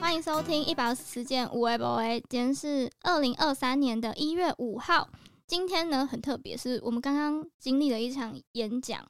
欢迎收听一百四十件无微博 A，今天是二零二三年的一月五号。今天呢很特别，是我们刚刚经历了一场演讲，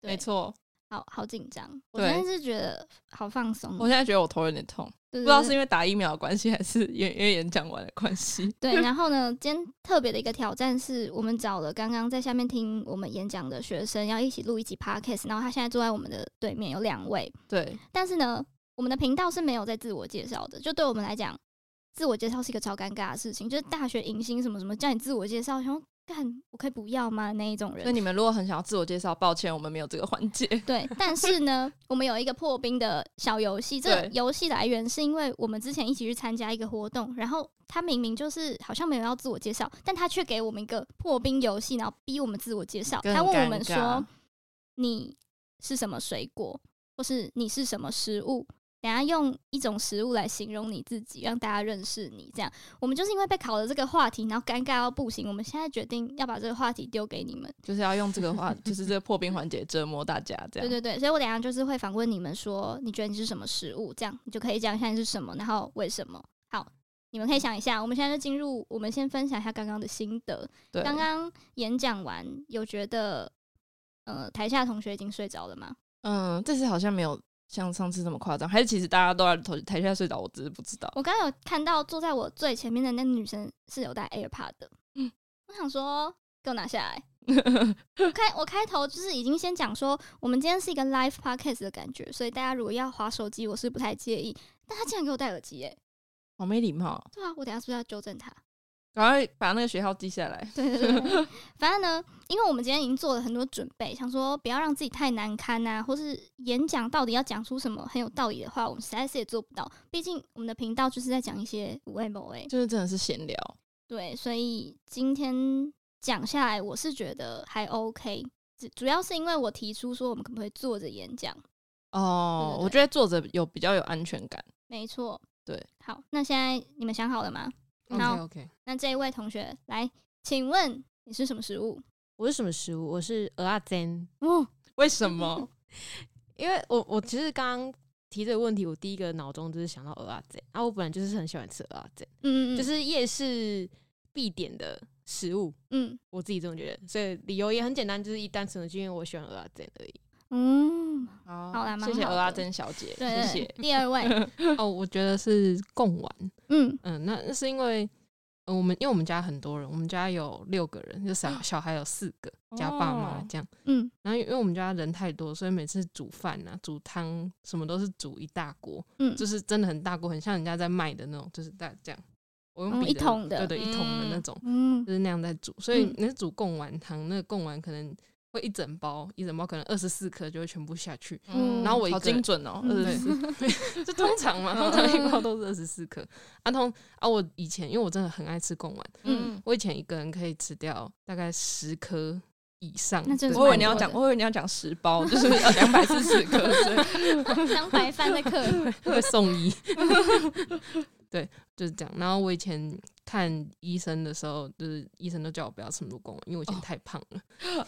对没错，好好紧张。我对真的是觉得好放松，我现在觉得我头有点痛，不不知道是因为打疫苗的关系，还是因因为演讲完的关系。对，然后呢，今天特别的一个挑战是我们找了刚刚在下面听我们演讲的学生，要一起录一集 podcast，然后他现在坐在我们的对面，有两位。 对，但是呢，我们的频道是没有在自我介绍的，就对我们来讲，自我介绍是一个超尴尬的事情，就是大学迎新什么什么叫你自我介绍，想说干我可以不要吗那一种所以人。你们如果很想要自我介绍，抱歉，我们没有这个环节。 对，但是呢，我们有一个破冰的小游戏。这个对游戏来源是因为我们之前一起去参加一个活动，然后他明明就是好像没有要自我介绍，但他却给我们一个破冰游戏，然后逼我们自我介绍。更他问我们尴说尬：“你是什么水果，或是你是什么食物？”等下用一种食物来形容你自己，让大家认识你。这样，我们就是因为被考了这个话题，然后尴尬到不行。我们现在决定要把这个话题丢给你们。就是要用这个话，就是这个破冰环节折磨大家，这对样对对，所以我等一下就是会访问你们说，你觉得你是什么食物？这样你就可以讲一下你是什么，然后为什么。好，你们可以想一下。我们现在就进入，我们先分享一下刚刚的心得。对刚刚演讲完，有觉得呃台下同学已经睡着了吗？嗯，这次好像没有像上次这么夸张，还是其实大家都在头台下睡着，我只是不知道。我刚刚有看到坐在我最前面的那个女生是有戴 AirPod 的，嗯我想说给我拿下来。我开我开头就是已经先讲说，我们今天是一个 live podcast 的感觉，所以大家如果要划手机，我是不太介意。但他竟然给我戴耳机，哎，好没礼貌，对啊，我等一下是不是要纠正他？赶快把那个学号记下来。对对对对， 反正呢，因为我们今天已经做了很多准备，想说不要让自己太难堪啊，或是演讲到底要讲出什么很有道理的话，我们实在是也做不到。毕竟我们的频道就是在讲一些无谓某谓，就是真的是闲聊，对，所以今天讲下来，我是觉得还 OK。主主要是因为我提出说，我们可不可以坐着演讲？哦对对，对我觉得作者有比较有安全感。没错，对。好，那现在你们想好了吗？好 OK，那这一位同学来，请问你是什么食物？我是什么食物？我是鹅啊煎，哦，为什么？ 因为我我其实刚刚提这个问题，我第一个脑中就是想到鹅啊煎，然、啊、后我本来就是很喜欢吃鹅啊煎，嗯，嗯就是夜市必点的食物，嗯我自己这么觉得，所以理由也很简单，就是一单纯的就因为我喜欢鹅啊煎而已。嗯，好好啦蛮谢谢好的鹅阿珍小姐，对，谢谢。第二 位，哦，我觉得是贡丸。嗯嗯，那那是因为、呃我们因为我们家很多人，我们家有六个人，就 小小孩有四个，加爸妈哦这样。嗯然后因为我们家人太多，所以每次煮饭啊、煮汤什么都是煮一大锅，嗯，就是真的很大锅，很像人家在卖的那种，就是大这样。我用哦笔一桶的对对，一桶的那嗯种，嗯 就是那样在煮。所以嗯你是煮贡丸汤，那个贡丸可能会一整包，一整包可能二十四颗就会全部下去。嗯然后我一个好精准哦，嗯二十四， 就通常嘛，通常一包都是二十四颗。啊通啊，我以前因为我真的很爱吃贡丸，嗯嗯，我以前一个人可以吃掉大概十颗以上。那真的我以为蛮你要多讲，的我以为你要讲十哦包， 就是要两百四十颗，所以当白饭的客人，嗯 会送医。对，就是这样。然后我以前看医生的时候，就是医生都叫我不要吃木丸，因为我以前太胖了，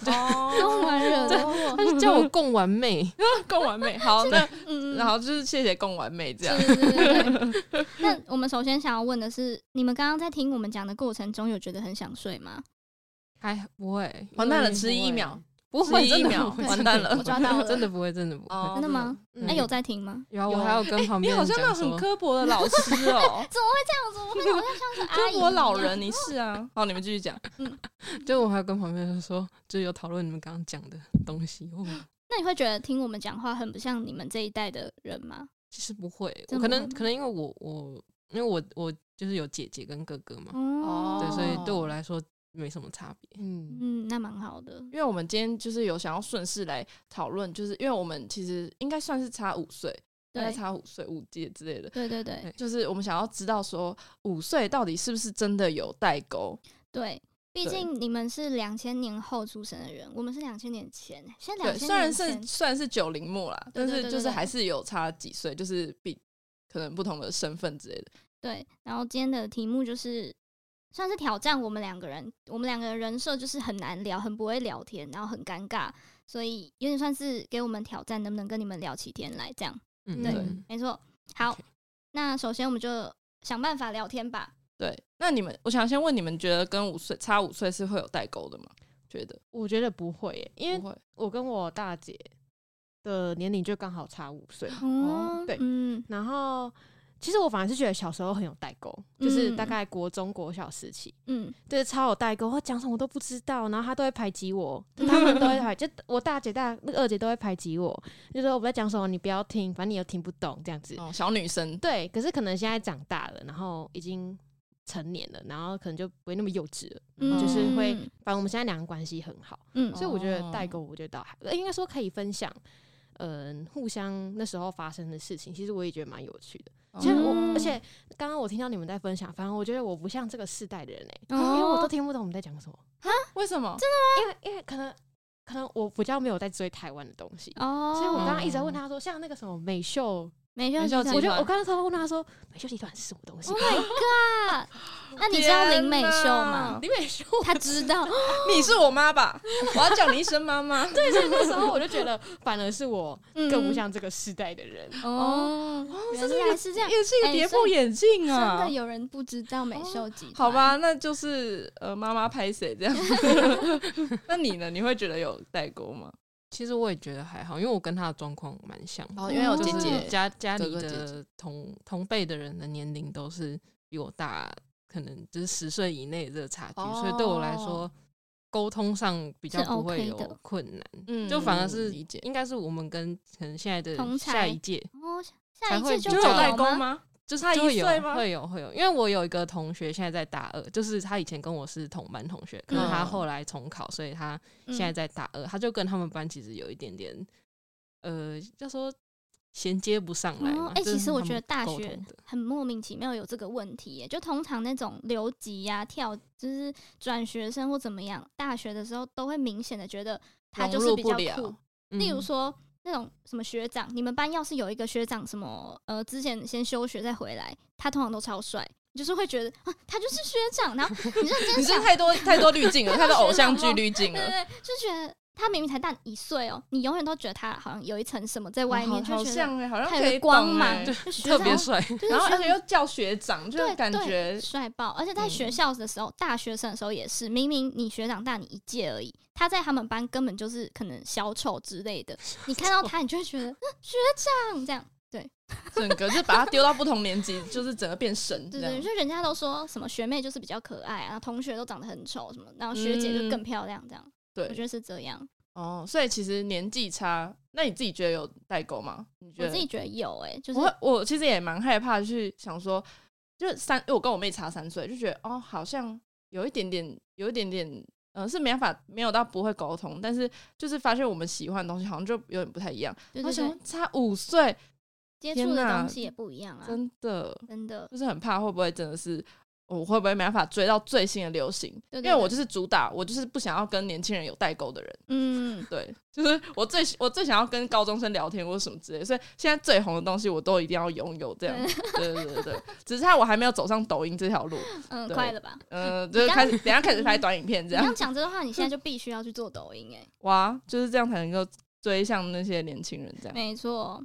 中文惹的祸他，就叫 我贡丸妹。够完美。好，那嗯，然后就是谢谢贡完美这样。对对对对 对。 那我们首先想要问的是，你们刚刚在听我们讲的过程中，有觉得很想睡吗？还不会，完蛋了，嗯迟一秒，不迟会，一真的 秒，不会完蛋了我。抓到了，真的不会，真的不会。哦真的吗？嗯哎，有在听吗？然啊后我有哎还要跟旁你边好人像那讲很说，刻薄的老师 哦，怎么会这样子？我们好像像是 阿刻啊姨一薄样老人，，你是啊？好，你们继续讲。就我还要跟旁边人说，就有讨论你们刚刚讲的东西。我 那你会觉得听我们讲话很不像你们这一代的人吗？其实不会，真的不我可能会可能因为我我因为我我就是有姐姐跟哥哥嘛，哦对，所以哦对我来说没什么差别。嗯，嗯，那蛮好的，因为我们今天就是有想要顺势来讨论，就是因为我们其实应该算是差五岁，大概对差五岁五届之类的。对对对就是我们想要知道说五岁到底是不是真的有代沟？对。毕对竟你们是两千年后出生的人，我们是两千年前，现在对，两千虽然年是前虽然是九零末啦，对但对对是就对是对还是有差几岁，就是比可能不同的身份之类的。对，然后今天的题目就是算是挑战我们两个人，我们两个人人设就是很难聊，很不会聊天，然后很尴尬，所以有点算是给我们挑战，能不能跟你们聊起天来这样？嗯，对对，没错。好 OK 那首先我们就想办法聊天吧。对，那你们，我想先问你们，觉得跟五岁差五岁是会有代沟的吗？觉得我觉得不会耶，因为不会，我跟我大姐的年龄就刚好差五岁，哦，对嗯，然后其实我反而是觉得小时候很有代沟，就是嗯大概国中、国小时期，嗯，对，超有代沟，我讲什么都不知道，然后他都会排挤我，就他们都会排，就我大姐大那个二姐都会排挤我，就说我在讲什么你不要听，反正你又听不懂这样子。哦，小女生，对，可是可能现在长大了，然后已经成年了，然后可能就不会那么幼稚了，然后就是会，嗯反正我们现在两个关系很好，嗯所以我觉得哦代沟，我觉得倒还呃应该说可以分享，嗯、互相那时候发生的事情，其实我也觉得蛮有趣的。哦其实我，嗯而且刚刚我听到你们在分享，反正我觉得我不像这个世代的人哎、哦因为我都听不懂我们在讲什么，为什么？因为因为可能可能我比较没有在追台湾的东西。哦，所以我刚刚一直在问他说，像那个什么美秀，没就没是就这样我集就团我刚刚才问他说，美秀集团是什么东西 Oh？my god！那你知道林美秀吗？ 李美秀，他知道，你是我妈吧？我要叫你一声 妈妈。对，所以那时候我就觉得，反而是我嗯更不像这个世代的人。哦，原来是这样，也是一个哎跌所破以眼镜真啊！的有人不知道美秀集团？好，吧，那就是呃，妈妈拍谁这样？ 那你呢？你会觉得有代沟吗？其实我也觉得还好，因为我跟他的状况蛮像的，哦因为有姐姐就是家家里哥哥姐的同同辈的人的年龄都是比我大，可能就是十岁以内的这个差距，所以对我来说，沟通上比较哦是不会 OK 有的困难。嗯就反而是理解。应该是我们跟可能现在同的才下一届，哦，下一才会届比就就较会有有代沟吗？吗？就是差一会有岁吗会有会有，因为我有一个同学现在在大二，就是他以前跟我是同班同学，可是他嗯后来重考，所以他嗯现在在大二，他就跟他们班其实有一点点，呃，要说衔接不上来哦嘛。，哎，这是其实我他们觉得大沟学通的很莫名其妙有这个问题耶，就通常那种留级呀、跳，就是转学生或怎么样，大学的时候都会明显的觉得他融就是入比不较了酷。嗯例如说那种什么学长，你们班要是有一个学长什么呃之前先休学再回来，他通常都超帅，你就是会觉得啊他就是学长， 然后你认真你想是，太多太多滤镜 了，太多偶像剧滤镜对对了。对，就觉得他明明才大你一岁哦，你永远都觉得他好像欸有一层什么在外面，好就好觉得像哎，好像他可有以个光懂芒哎，就学特长别帅，就是 然后学而且又叫学长，就对感对觉帅爆！而且在嗯学校的时候，大学生的时候也是，明明你学长大你一届而已，他在他们班根本就是可能小丑之类的，你看到他，你就会觉 得、嗯、学长这样。 整个就把他丢到不同年级，就是整个变神这对样对，。就人家都说什么学妹就是比较可爱啊，同学都长得很丑什么，然后学姐就更漂亮这样。我觉嗯对，得是这样，哦，所以其实年纪差，那你自己觉得有代沟吗？你觉我得？自己觉得有哎、就是我会我其实也蛮害怕，去想说，就是三，因为我跟我妹差三岁，就觉得哦，好像有一点点，有一点点，呃，是没办法，没有到不会沟通，但是就是发现我们喜欢的东西好像就有点不太一样。对我对想对说，差五岁，接天触的哪东西也不一样啊，真的真的就是很怕会不会真的是。我会不会没办法追到最新的流行？对对因为我对就是主打，我就是不想要跟年轻人有代沟的人。嗯，对， 就是我最我最想要跟高中生聊天或什么之类，所以现在最红的东西我都一定要拥有，这样。对对对对，只是我还没有走上抖音这条路，嗯，对快了吧？嗯、就是你刚开始等一下开始 拍短影片你这要样，讲这段话，你现在就必须要去做抖音哎、哇，就是这样才能够追上那些年轻人这样。没错。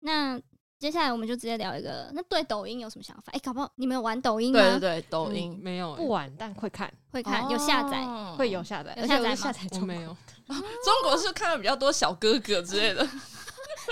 那接下来我们就直接聊一个，那对抖音有什么想法？哎、搞不好你们有玩抖音吗？对对对，抖嗯音、没有欸不晚，但会看，会看、有下载，哦会有下载，有而且我下载吗是下载我中没有，中国是看到比较多小哥哥之类的，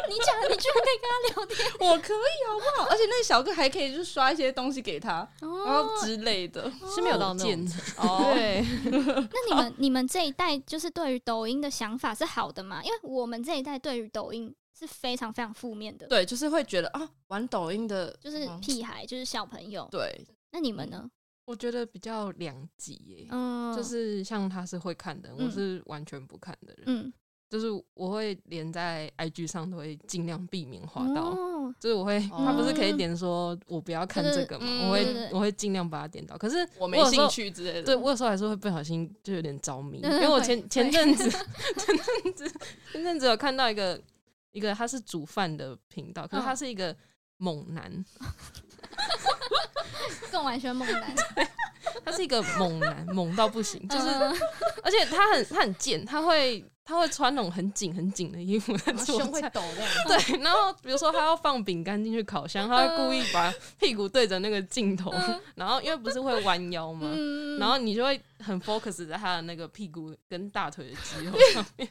你讲你居然可以跟他聊天，我可以好不好？而且那小哥还可以就是刷一些东西给他，然后哦，之类的。是没有到那 见 种。哦，对，那你们你们这一代就是对于抖音的想法是好的吗？因为我们这一代对于抖音是非常非常负面的，对，就是会觉得啊，玩抖音的就是嗯屁孩，就是小朋友。对，那你们呢？我觉得比较两极耶。嗯，就是像他是会看的人，嗯我是完全不看的人。嗯，就是我会连在 IG 上都会尽量避免滑到，哦，就是我会，哦他不是可以点说我不要看这个嘛，嗯我对对会对我会尽量把它点到。可是我没有时兴候，趣之类的。 对我有时候还是会不小心就有点 着迷，因嗯为我会前会前 阵子前阵子前阵子有看到一个一个他是煮饭的频道，可是他嗯是一个猛男，更完全猛男，他是一个猛男，猛到不行，就是嗯而且他很他很贱，他会他会穿那种很紧很紧的衣服哦在做胸会菜。抖 这样。 对，然后比如说他要放饼干进去烤箱，他会故意把屁股对着那个镜头，嗯 然后因为不是会弯腰嘛，嗯，然后你就会很 focus 在他的那个屁股跟大腿的肌 肉上面。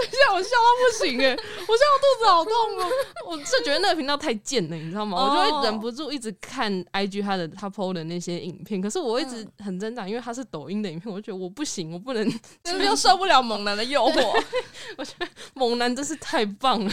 现在我笑到不行哎、我笑到肚子好痛哦、我是觉得那个频道太贱了，你知道吗？哦我就会忍不住一直看 IG 他的他 PO 的那些影片，可是我一直嗯很挣扎，因为他是抖音的影片，我就觉得我不行，我不能， 就是又受不了猛男的诱 惑，猛男真是太棒了。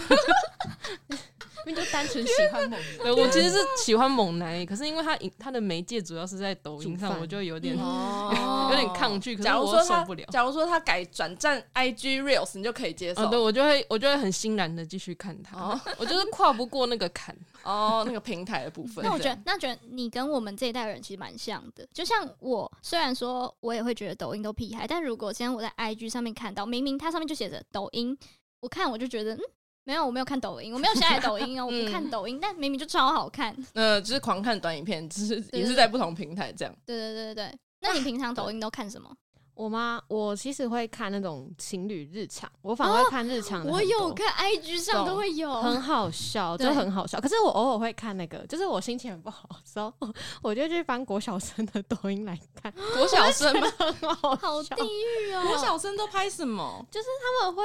因为就单纯喜欢猛男。对我其实是喜欢猛男，可是因为他影他的媒介主要是在抖音煮上，饭我就有点。嗯哦有点抗拒可是假如我说受他不了假如说他改转战 IG Reels，你就可以接受啊，对，我就会，我就会很欣然的继续看他，哦我就是跨不过那个坎。哦，那个平台的部分。那我这觉样得，那觉得你跟我们这一代人其实蛮像的。就像我，虽然说我也会觉得抖音都屁孩，但如果今天我在 IG 上面看到，明明它上面就写着抖音，我看我就觉得，嗯，没有，我没有看抖音，我没有下载抖音哦，我 不嗯看抖音，但明明就超好看。呃，就是狂看短影片，只是对也是在不同平台这样。对对对对对。那你平常抖音都看 什么？我妈，我其实会看那种情侣日常，我反而会看日常的、哦我有，看 IG 上都会有，很好笑，就对很好笑。可是我偶尔会看那个，就是我心情很不好的时候， 我就去翻国小生的抖音来看，国小生 吗，很好 笑。好地狱哦。国小生都拍什么？他 们会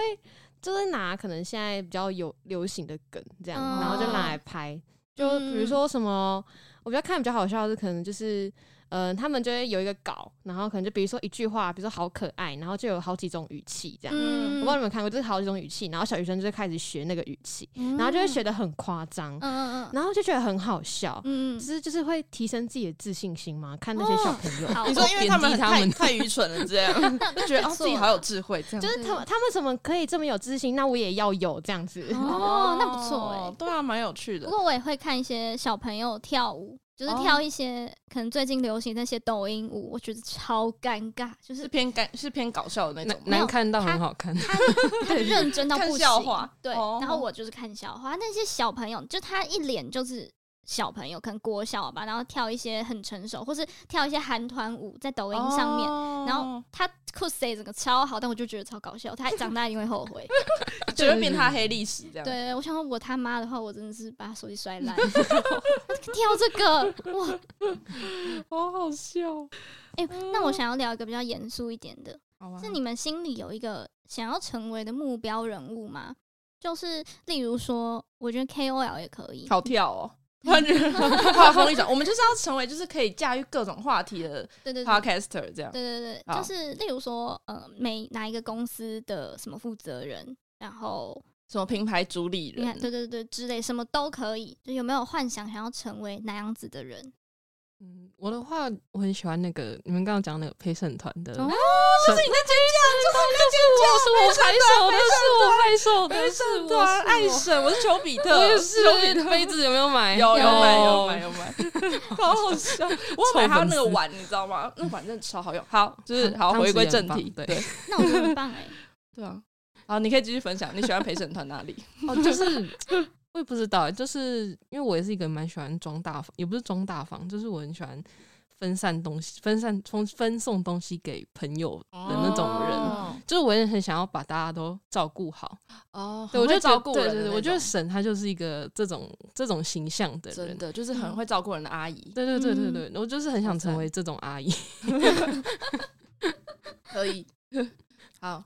就是拿可能现在比较有流行的梗这样，嗯然后就拿来拍。就比如说什么，我比较看比较好笑的是，可能就是。呃，他们就会有一个稿，然后可能就比如说一句话，比如说好可爱，然后就有好几种语气这样。我嗯不知道你们有看过，就是好几种语气，然后小学生就会开始学那个语气，嗯然后就会学，得很夸张，嗯嗯嗯然后就觉得很好笑，嗯就嗯，是就是会提升自己的自信心嘛。看那些小朋友，好你，说因为他们很贬低他太们太愚蠢了，这样 就觉得哦自己好有智慧，这样就是他们他们怎么可以这么有自信？那我也要有这样子。哦，那不错哎哦。对啊，蛮有趣的哦不。过我也会看一些小朋友跳舞，就是跳一些、可能最近流行那些抖音舞，我觉得超尴尬，就是 是偏干是偏搞笑的那难种吗，没有难看到很好看， 他认真到不行。看笑话对，哦然后我就是看笑话，那些小朋友就他一脸就是。小朋友可能国小吧，然后跳一些很成熟，或是跳一些韩团舞在抖音上面，面然后他 c o s y 整个超好，但我就觉得超搞笑，他长大一定会后 悔。就会变他黑历史这样。对，我想说我他妈的话，我真的是把手机摔 烂， 跳这个哇，好好笑。哎、那我嗯想要聊一个比较严肃一点的，好吧是你们心里有一个想要成为的目标人物吗？就是例如说，我觉得 KOL 也可以，嗯好 跳哦。突然觉得 画风一转，我们就是要成为就是可以驾驭各种话题的对对对 podcaster 这样。对对对，好就是例如说，呃，每哪一个公司的什么负责人，然后什么品牌主理你看，人？对对对，之类什么都可以，就有没有幻想想要成为哪样子的人？ 嗯，我的话，我很喜欢那个你们刚刚讲那个陪审团的， 哦这是你在尖 叫，这是我在尖叫，是我拍手的，是我拍手的，是我啊，爱神，我是丘比特，啊我也丘比是特。杯子有没有 买？有有买有买有 买，好好笑！我有买他那个臭粉丝碗，你知道吗？那碗真的超好用。好，就是好汤匙回归也很正棒题，对对那我觉得很棒哎、对啊。好，你可以继续分享你喜欢陪审团哪里？哦，就是我也不知道，欸就是因为我也是一个蛮喜欢装大方，也不是装大方，就是我很喜欢分散东西、分散分分送东西给朋友 的那种人，哦就是我也很想要把大家都照顾好。哦，对，很我会就觉照得顾对人的那对对，种，我觉得沈她就是一个这种这种形象的嗯真人。的嗯就是很会照顾人的阿姨，对对对对对，我就是很好想赞成为这种阿姨。可以。好，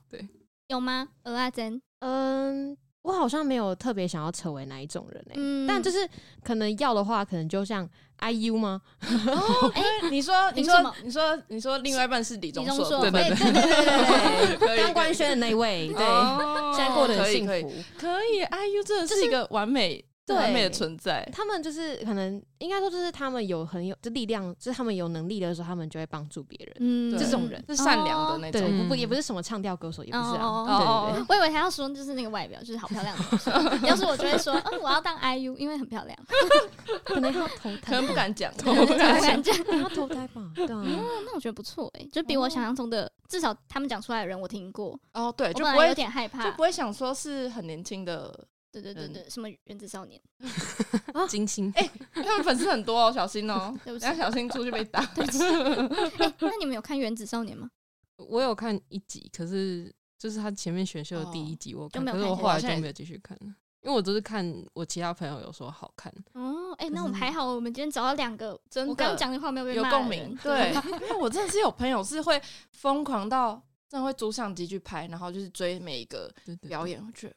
有吗？鹅阿珍，嗯，我好像没有特别想要成为哪一种人哎、嗯但就是是可能要的话，可能就像 IU 吗？哎， 你说，你凭说什么，你说，你说，另外一半是李李钟钟硕，硕，对对对对对对对 对对，可以当官宣的那一位，对，哦现在过得很幸可以，福。可以，IU 真的就是是一个完美、对完美的存在。他们就是可能应该说，就是他们有很有就力量，就是他们有能力的时候，他们就会帮助别人。嗯对这种人是善良的那对，种，嗯不不也不是什么唱调歌手，也不是哦啊，对对对。我以为他要说就是那个外表，就是好漂亮的女生。要是我就会说，嗯，我要当 IU，因为很漂亮， 哦可能要投可胎能，不敢讲，我 感觉。可能要投胎吧，对啊， 那我觉得不哦错哎、就比我想象中的，至少他们讲出来的人我听过，哦，对，我就本不来有会点害就怕不。会想说是很年轻的，对对对嗯对，什么原子少年，金星，因为他们粉丝很多 哦，小心哦，对不起要小心出去被打。哎，那你们有看原子少年吗？我有看一集，可是就是他前面选秀的第一集我有看，就没有可是我看下后来去就没有继续看了，因为我都是看我其他朋友有说好看，哦，哎、那可我们是还好，我们今天找到两个，真的我刚刚讲的话没有被有骂的共人 鸣，对，， 因为我真的是有朋友是会疯狂到真的会租相机去拍，然后就是追每一个对对表演，我觉得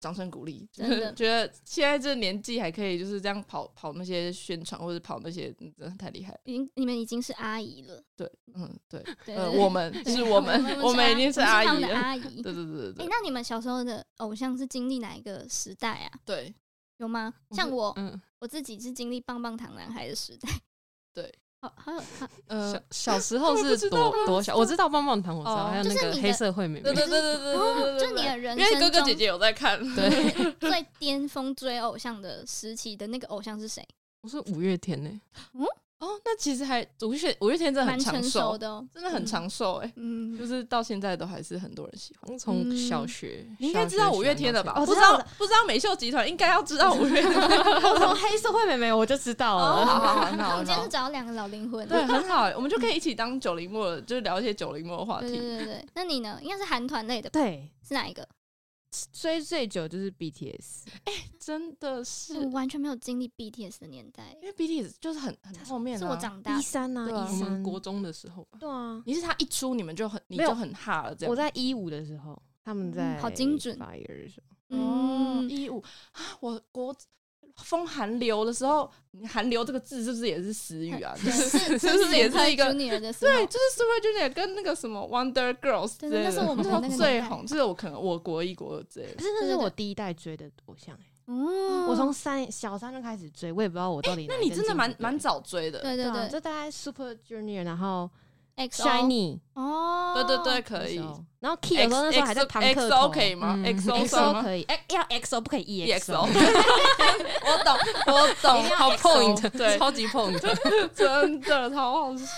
掌声鼓励，真的觉得现在这年纪还可以就是这样跑跑那些宣传或者跑那些，嗯真的太厉害了。已经你们已经是阿姨了，对，嗯，对，对，呃，对我们对是我是们，阿我们已经是阿我们他姨们的了。阿姨。对对对对哎、对那你们小时候的偶像是经历哪一个时代啊？对，有吗？我像是我，嗯，我自己是经历棒棒糖男孩的时代。 对，好，好有好，呃小，小时候我不是知多道我多小，我知道棒棒糖，我知道哦还有就那是个你的黑社会妹对，妹对对对对对对，哦就你对的人因为生哥中哥姐姐有在看，对，最巅峰追偶像的时期的那个偶像是谁？我是五月天呢， 哦，那其实还五月五月天真的蛮很成长熟寿，的哦。真的很长寿哎，就嗯，是到现在都还是很多人喜欢。我从嗯小学你应该知道五月天的吧？小学哦不知知道道不知道美秀集团应该要知道五月天。我从黑社会妹妹我就知道 好哦了。好那好，我那们今天就找到两个老灵魂。 对，很好，我们就可以一起当九零末了，就是聊一些九零末的话对题对。对对，那你呢？应该是韩团类的吧？对，是哪一个？追最久就是 BTS，真的是，我完全没有经历 BTS 的年代，因为 BTS 就是很很后面是我啊。长大一。三呐，对啊一我们三国中的时候吧，对啊，你是他一出，你们就很你没有就很哈了，这样。我在一五的时候，他们在嗯好精准发言的时候，哦嗯，一五啊，我国风韩流的时候，你韩流这个字是不是也是死语 啊？就是是是不是也是一个 Junior 的时候？对，就是 Super Junior 跟那个什么 Wonder Girls 之对类的，那是我们的那时候那个年 最代红，就是我可能我国一国二之类可的。是那对对是我对第一代追的偶像欸嗯哦，我从三小三就开始追，我也不知道我到底哪那一你根真的筋蛮不对蛮早追的，对对对啊，对就大概 Super Junior，然后欸，X Shiny 哦，对对对，那可以时。候，然后 Key 有 X 时候那时候还在堂课 XO 可以吗嗯？XO 算 XO 吗 E 可以，哎要 XO 不可以？EXO，我懂，我懂，好 point，对超级 point， 真的好好笑，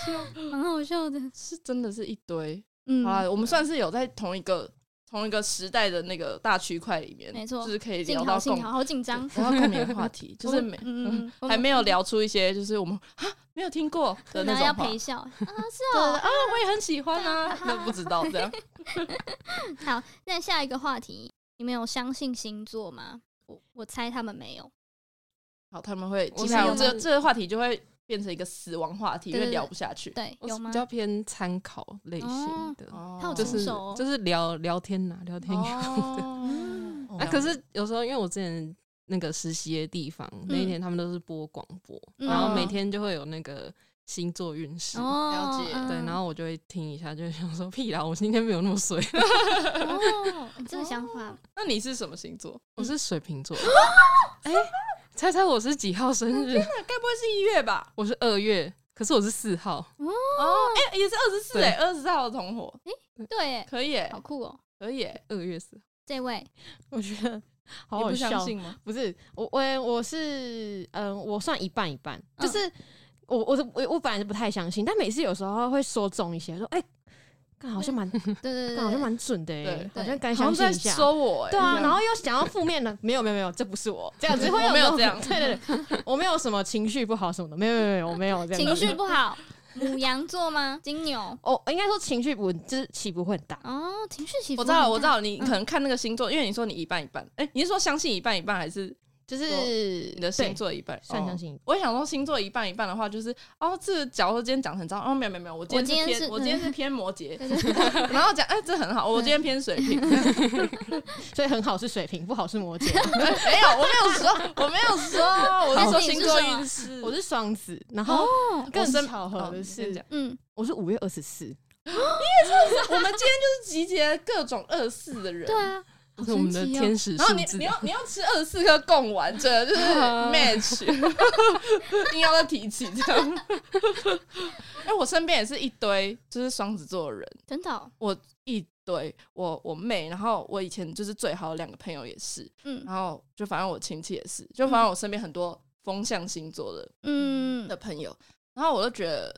蛮好笑的。是真的是一堆。嗯，嗯好啦，我们算是有在同一个同一个时代的那个大区块里面，没错就是可以幸聊好到幸共好，好紧张。聊到共鸣的话 题，就是没嗯，我们还没有聊出一些就是我们啊没有听过的那然后种要话陪 笑啊，是对哦啊，。我也很喜欢啊，那不知道这样。好，那下一个话题，你们有相信星座吗？我我猜他们没有。好，他们会我接下来是我有这吗这个话题就会变成一个死亡话题，因对为对聊不下去。对，我有是吗比？较偏参考类型的，哦他有就成是熟哦就是聊聊天呐，聊天用 的。嗯哦啊，可是有时候因为我之前那个实习的地方，那一天他们都是播广播，嗯然后每天就会有那个星座运势。哦，了解嗯对，然后我就会听一下，就会想说屁啦，我今天没有那么水， 哦，你这个想法那你是什么星座？ 我是水瓶座。哎，猜猜我是几号生日？ 那该不会是一月吧？我是二月，可是我是四号。哦，哎、也是二十四对哎，二十四号的同伙，对耶，可以哎、好酷哦。可以哎、二月四，这 位 我觉得好你好不笑相，信吗？不是我我我是嗯，我算一半一半，嗯就是我我我我本来是不太相信，但每次有时候会说中一些，说哎，干好像蛮对对对干好像对，蛮准的对哎，对好像该好相像信在一下。说我哎、对啊，这样然后又想要负面的，没有没有没有，这不是我，这样子对会我没有那种这 对样对 对，我没有什么情绪不好什么的，没有没有没有，我没有这样情子。绪不好，母羊座吗？金牛哦，应该说情绪不就是起伏会很大，哦，情绪起伏我很知大。道了，我知道了你嗯可能看那个星座，因为你说你一半一半，哎、你是说相信一半一半，还是就是哦你的星座一半？对算相哦。信。我也想说星座一半一半的话，就是哦，这假如说今天讲很糟，哦，没有没有没有，我今天是偏我我今天今天是是偏摩对。羯，对对对， 然后讲哎、这很好，我今天偏水瓶，所以很好是水瓶，不好是摩羯，哎没有，我没有说，我没有说，我 是说哦星座运势。我是双子。然后更我身巧合的是，哦嗯，我是五月二十四，你先讲我们今天就是集结了各种二四的人。对 啊，好这是我们的神奇哦天使然后数你字你。要你要吃二十四颗贡丸，这就是 match，硬要再提起这样。哎、我身边也是一堆就是双子座的人，真的哦，一堆我我妹，然后我以前就是最好的两个朋友也是，嗯然后就反正我亲戚也是，就反正我身边很多风象星座的嗯的，朋友，然后我就觉得，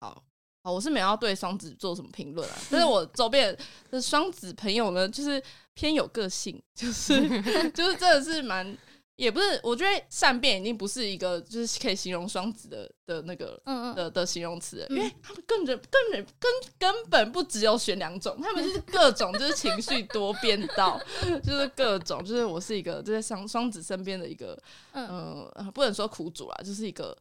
好好，我是没有要对双子做什么评论啊，但是我周边的双子朋友呢，就是偏有个性，就是就是真的是蛮也不是，我觉得善变已经不是一个就是可以形容双子的的那个嗯嗯，的的形容词了，嗯因为他们根本根本根根本不只有选两种，他们就是各种就是情绪多变到， 就是各种就是我是一个就在双双子身边的一个嗯呃呃不能说苦主啦，就是一个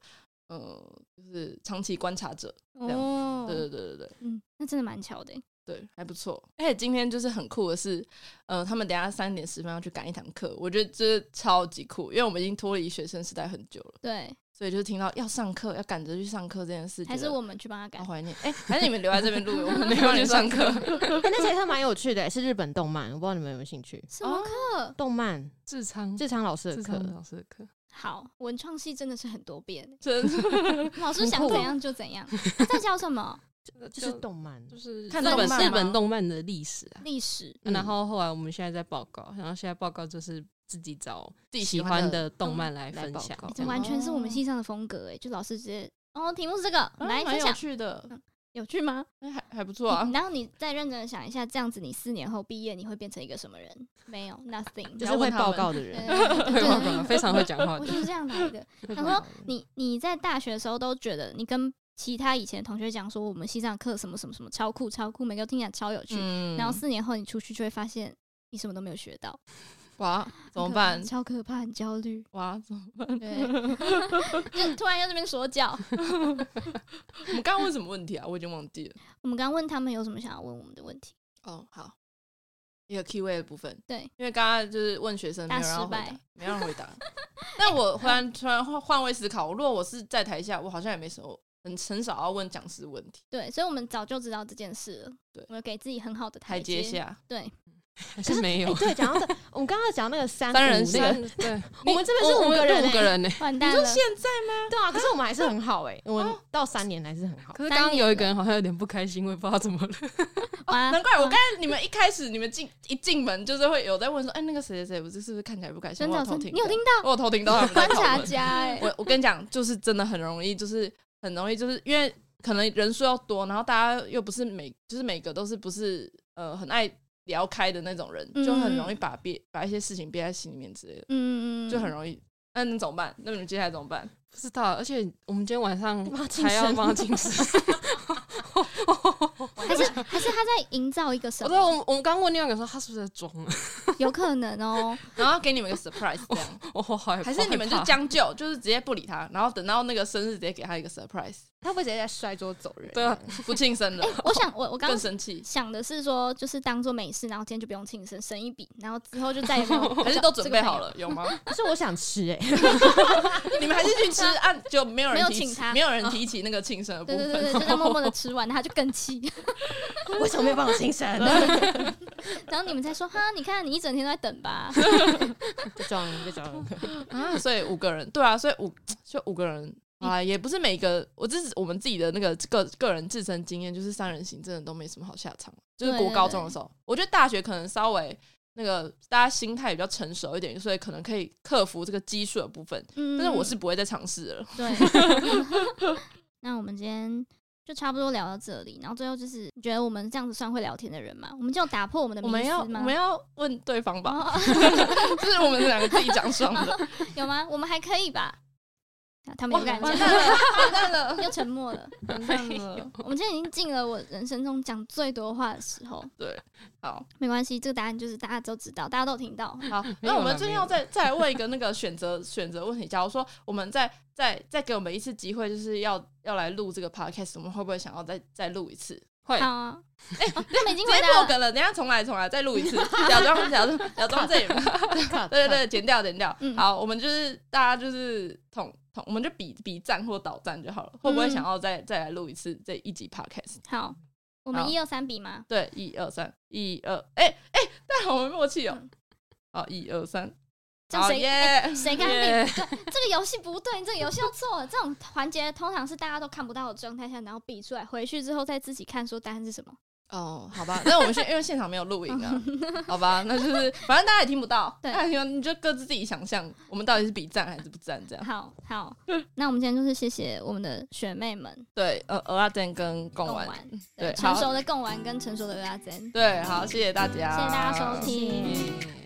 呃就是长期观察者，这样哦，对对对对对嗯，那真的蛮巧的欸。对，还不错。而且今天就是很酷的是，呃，他们等一下三点十分要去赶一堂课，我觉得这超级酷，因为我们已经脱离学生时代很久了，对，所以就是听到要上课要赶着去上课这件事，还觉是得我们去帮他好改？怀念。哎、还是你们留在这边录，我们没有去上课。哎那 节课蛮有趣的，是日本动漫，我不知道你们有没有兴趣。什哦么课？动漫智昌志昌老师的智课昌，老师的课，好，文创系真的是很多变欸，真的老师想欸怎样就怎 样。他在教什么？就是动漫，就是看日动本漫日吗本动漫的历史啊。历史。嗯然后后来我们现在在报告，然后现在报告就是自己找自己喜喜欢欢的的动漫来分来享报告，这这样完全是我们哦啊系上的风格哎，就老师直接哦，题目是这个，我们来嗯蛮分有享，趣的，有趣吗？哎还还不错啊你。然后你再认真的想一下，这样子你四年后毕业，你会变成一个什么人？没有，nothing，就要是会问他报们告的对 人。对对会报对告非常会讲话我的就。是这样来 的。会然报后告你你在大学的时候都觉得你跟其他以前的同学讲说我们西藏课什么什么什么超酷超酷，每个都听起来超有趣。嗯然后四年后你出去就会发现你什么都没有学到，哇，怎么很可办？。超可怕，很焦虑 哇，怎么办？对， 就突然在这边说 教。我们刚刚问什么问题啊？我已经忘 记了。我们刚刚问他们有什么想要问我们的问题，哦，好，一个 key way 的部分。对，因为刚刚就是问学生，没大有人要失回败答，没有人回答。 但我忽然突然换换位思考，如果我是在台下，我好像也没什么，很很少要问讲师问题，对，所以我们早就知道这件事了。对我们给自己很好的台阶啊阶。下。对，还是没有哎，对，讲到这，我们刚刚讲那个三三人五那行个三 对，我们这边是我五们个人五个欸人呢。完你蛋说了。现在吗？对啊，可是我们还是很好哎，我们到三年还是很好。可是三刚刚年有一了个人好像有点不开心，我也不知道怎么了。哇哦难怪我刚才你们一开始你们进一进门就是会有在问说，哎，那个谁谁谁不是是不是看起来不开心？真我的有有偷声听，你有听 我有偷听到他到们在观讨察论家哎、我我跟你讲，就是真的很容易，就是很容易，就是因为可能人数要多，然后大家又不是每就是每个都是不是呃很爱聊开的那种人，嗯就很容易把憋把一些事情憋在心里面之类的，嗯，就很容易。那你怎么办？那你们接下来怎么办？不知道，而且我们今天晚上帮他庆还要生帮他庆生。 还是还是他在营造一个什我么哦对？我们我们刚问另外一个说他是不是在装 啊？有可能 哦。然后给你们一个 surprise 这样，我好害怕还是你们就好害怕将就，就是直接不理他，然后等到那个生日直接给他一个 surprise，他会不会直接在摔桌走人？ 对啊，不庆生了哎、，我想我我刚更刚生气。想的是说，就是当做没事，然后今天就不用庆生，省一笔，然后之后就再也没有 还是都准备这个朋友好了，有吗？可是我想吃哎， 你们还是去吃，啊，就没有没人有提请起他没有人提起那个庆生的部对分。对对对，就在默默的吃完，他就更气。 为什么没有帮我庆生？ 然后你们再说哈，你看你一整天都在等 吧。就装就装，啊， 所以五个人，对啊，所以五就五个人啊，嗯也不是每个，我这是我们自己的那个个个人自身经验，就是三人行真的都没什么好下场，就是对国对高对中的时候，我觉得大学可能稍微那个大家心态比较成熟一点，所以可能可以克服这个基数的部分，嗯，但是我是不会再尝试了。 对。 那我们今天就差不多聊到这里，然后最后就是，你觉得我们这样子算会聊天的人吗？我们就打破我们的迷我思吗？们要我们要问对方吧， 哦就是我们两个自己讲爽的， 有吗？我们还可以吧？啊他们有感觉，完蛋了，又沉默了。完蛋了，我们今天已经进了我人生中讲最多话的时候，对， 好没关系，这个答案就是大家都知道，大家都听到。好，没有那我们啦最近没要有再 再来问一个那个选择选择问题。假如说我们再再再给我们一次机会，就是要要来录这个 podcast，我们会不会想要再再录一次？会好啊， 哎、他们已经直回接答破了。梗了，等一下重来重来再录一次，假装假装假装这里， 对对对，剪掉剪掉嗯。好，我们就是大家就是统统，我们就比比赞或倒赞就好了。会嗯不会想要再再来录一次这一集 podcast？好，我们好一二三比吗？对，一二三，一二，哎哎，但好没默契哦嗯。好，一二三，这样好谁耶哎谁看耶你？对，这个游戏不对，你这个游戏要错了。这种环节通常是大家都看不到的状态下，然后比出来，回去之后再自己看说答案是什么。哦，好 吧，那我们现因为现场没有录影 啊，好吧，那就是反正大家也听不 到，对大家也听不到你就各自自己想象，我们到底是比赞还是不赞这样。好 好，嗯那我们今天就是谢谢我们的学妹们对，呃，鹅阿珍跟贡贡丸，丸，嗯对成好熟的贡丸跟成熟的阿珍，谢谢对，好，谢谢大家，大家收听。耶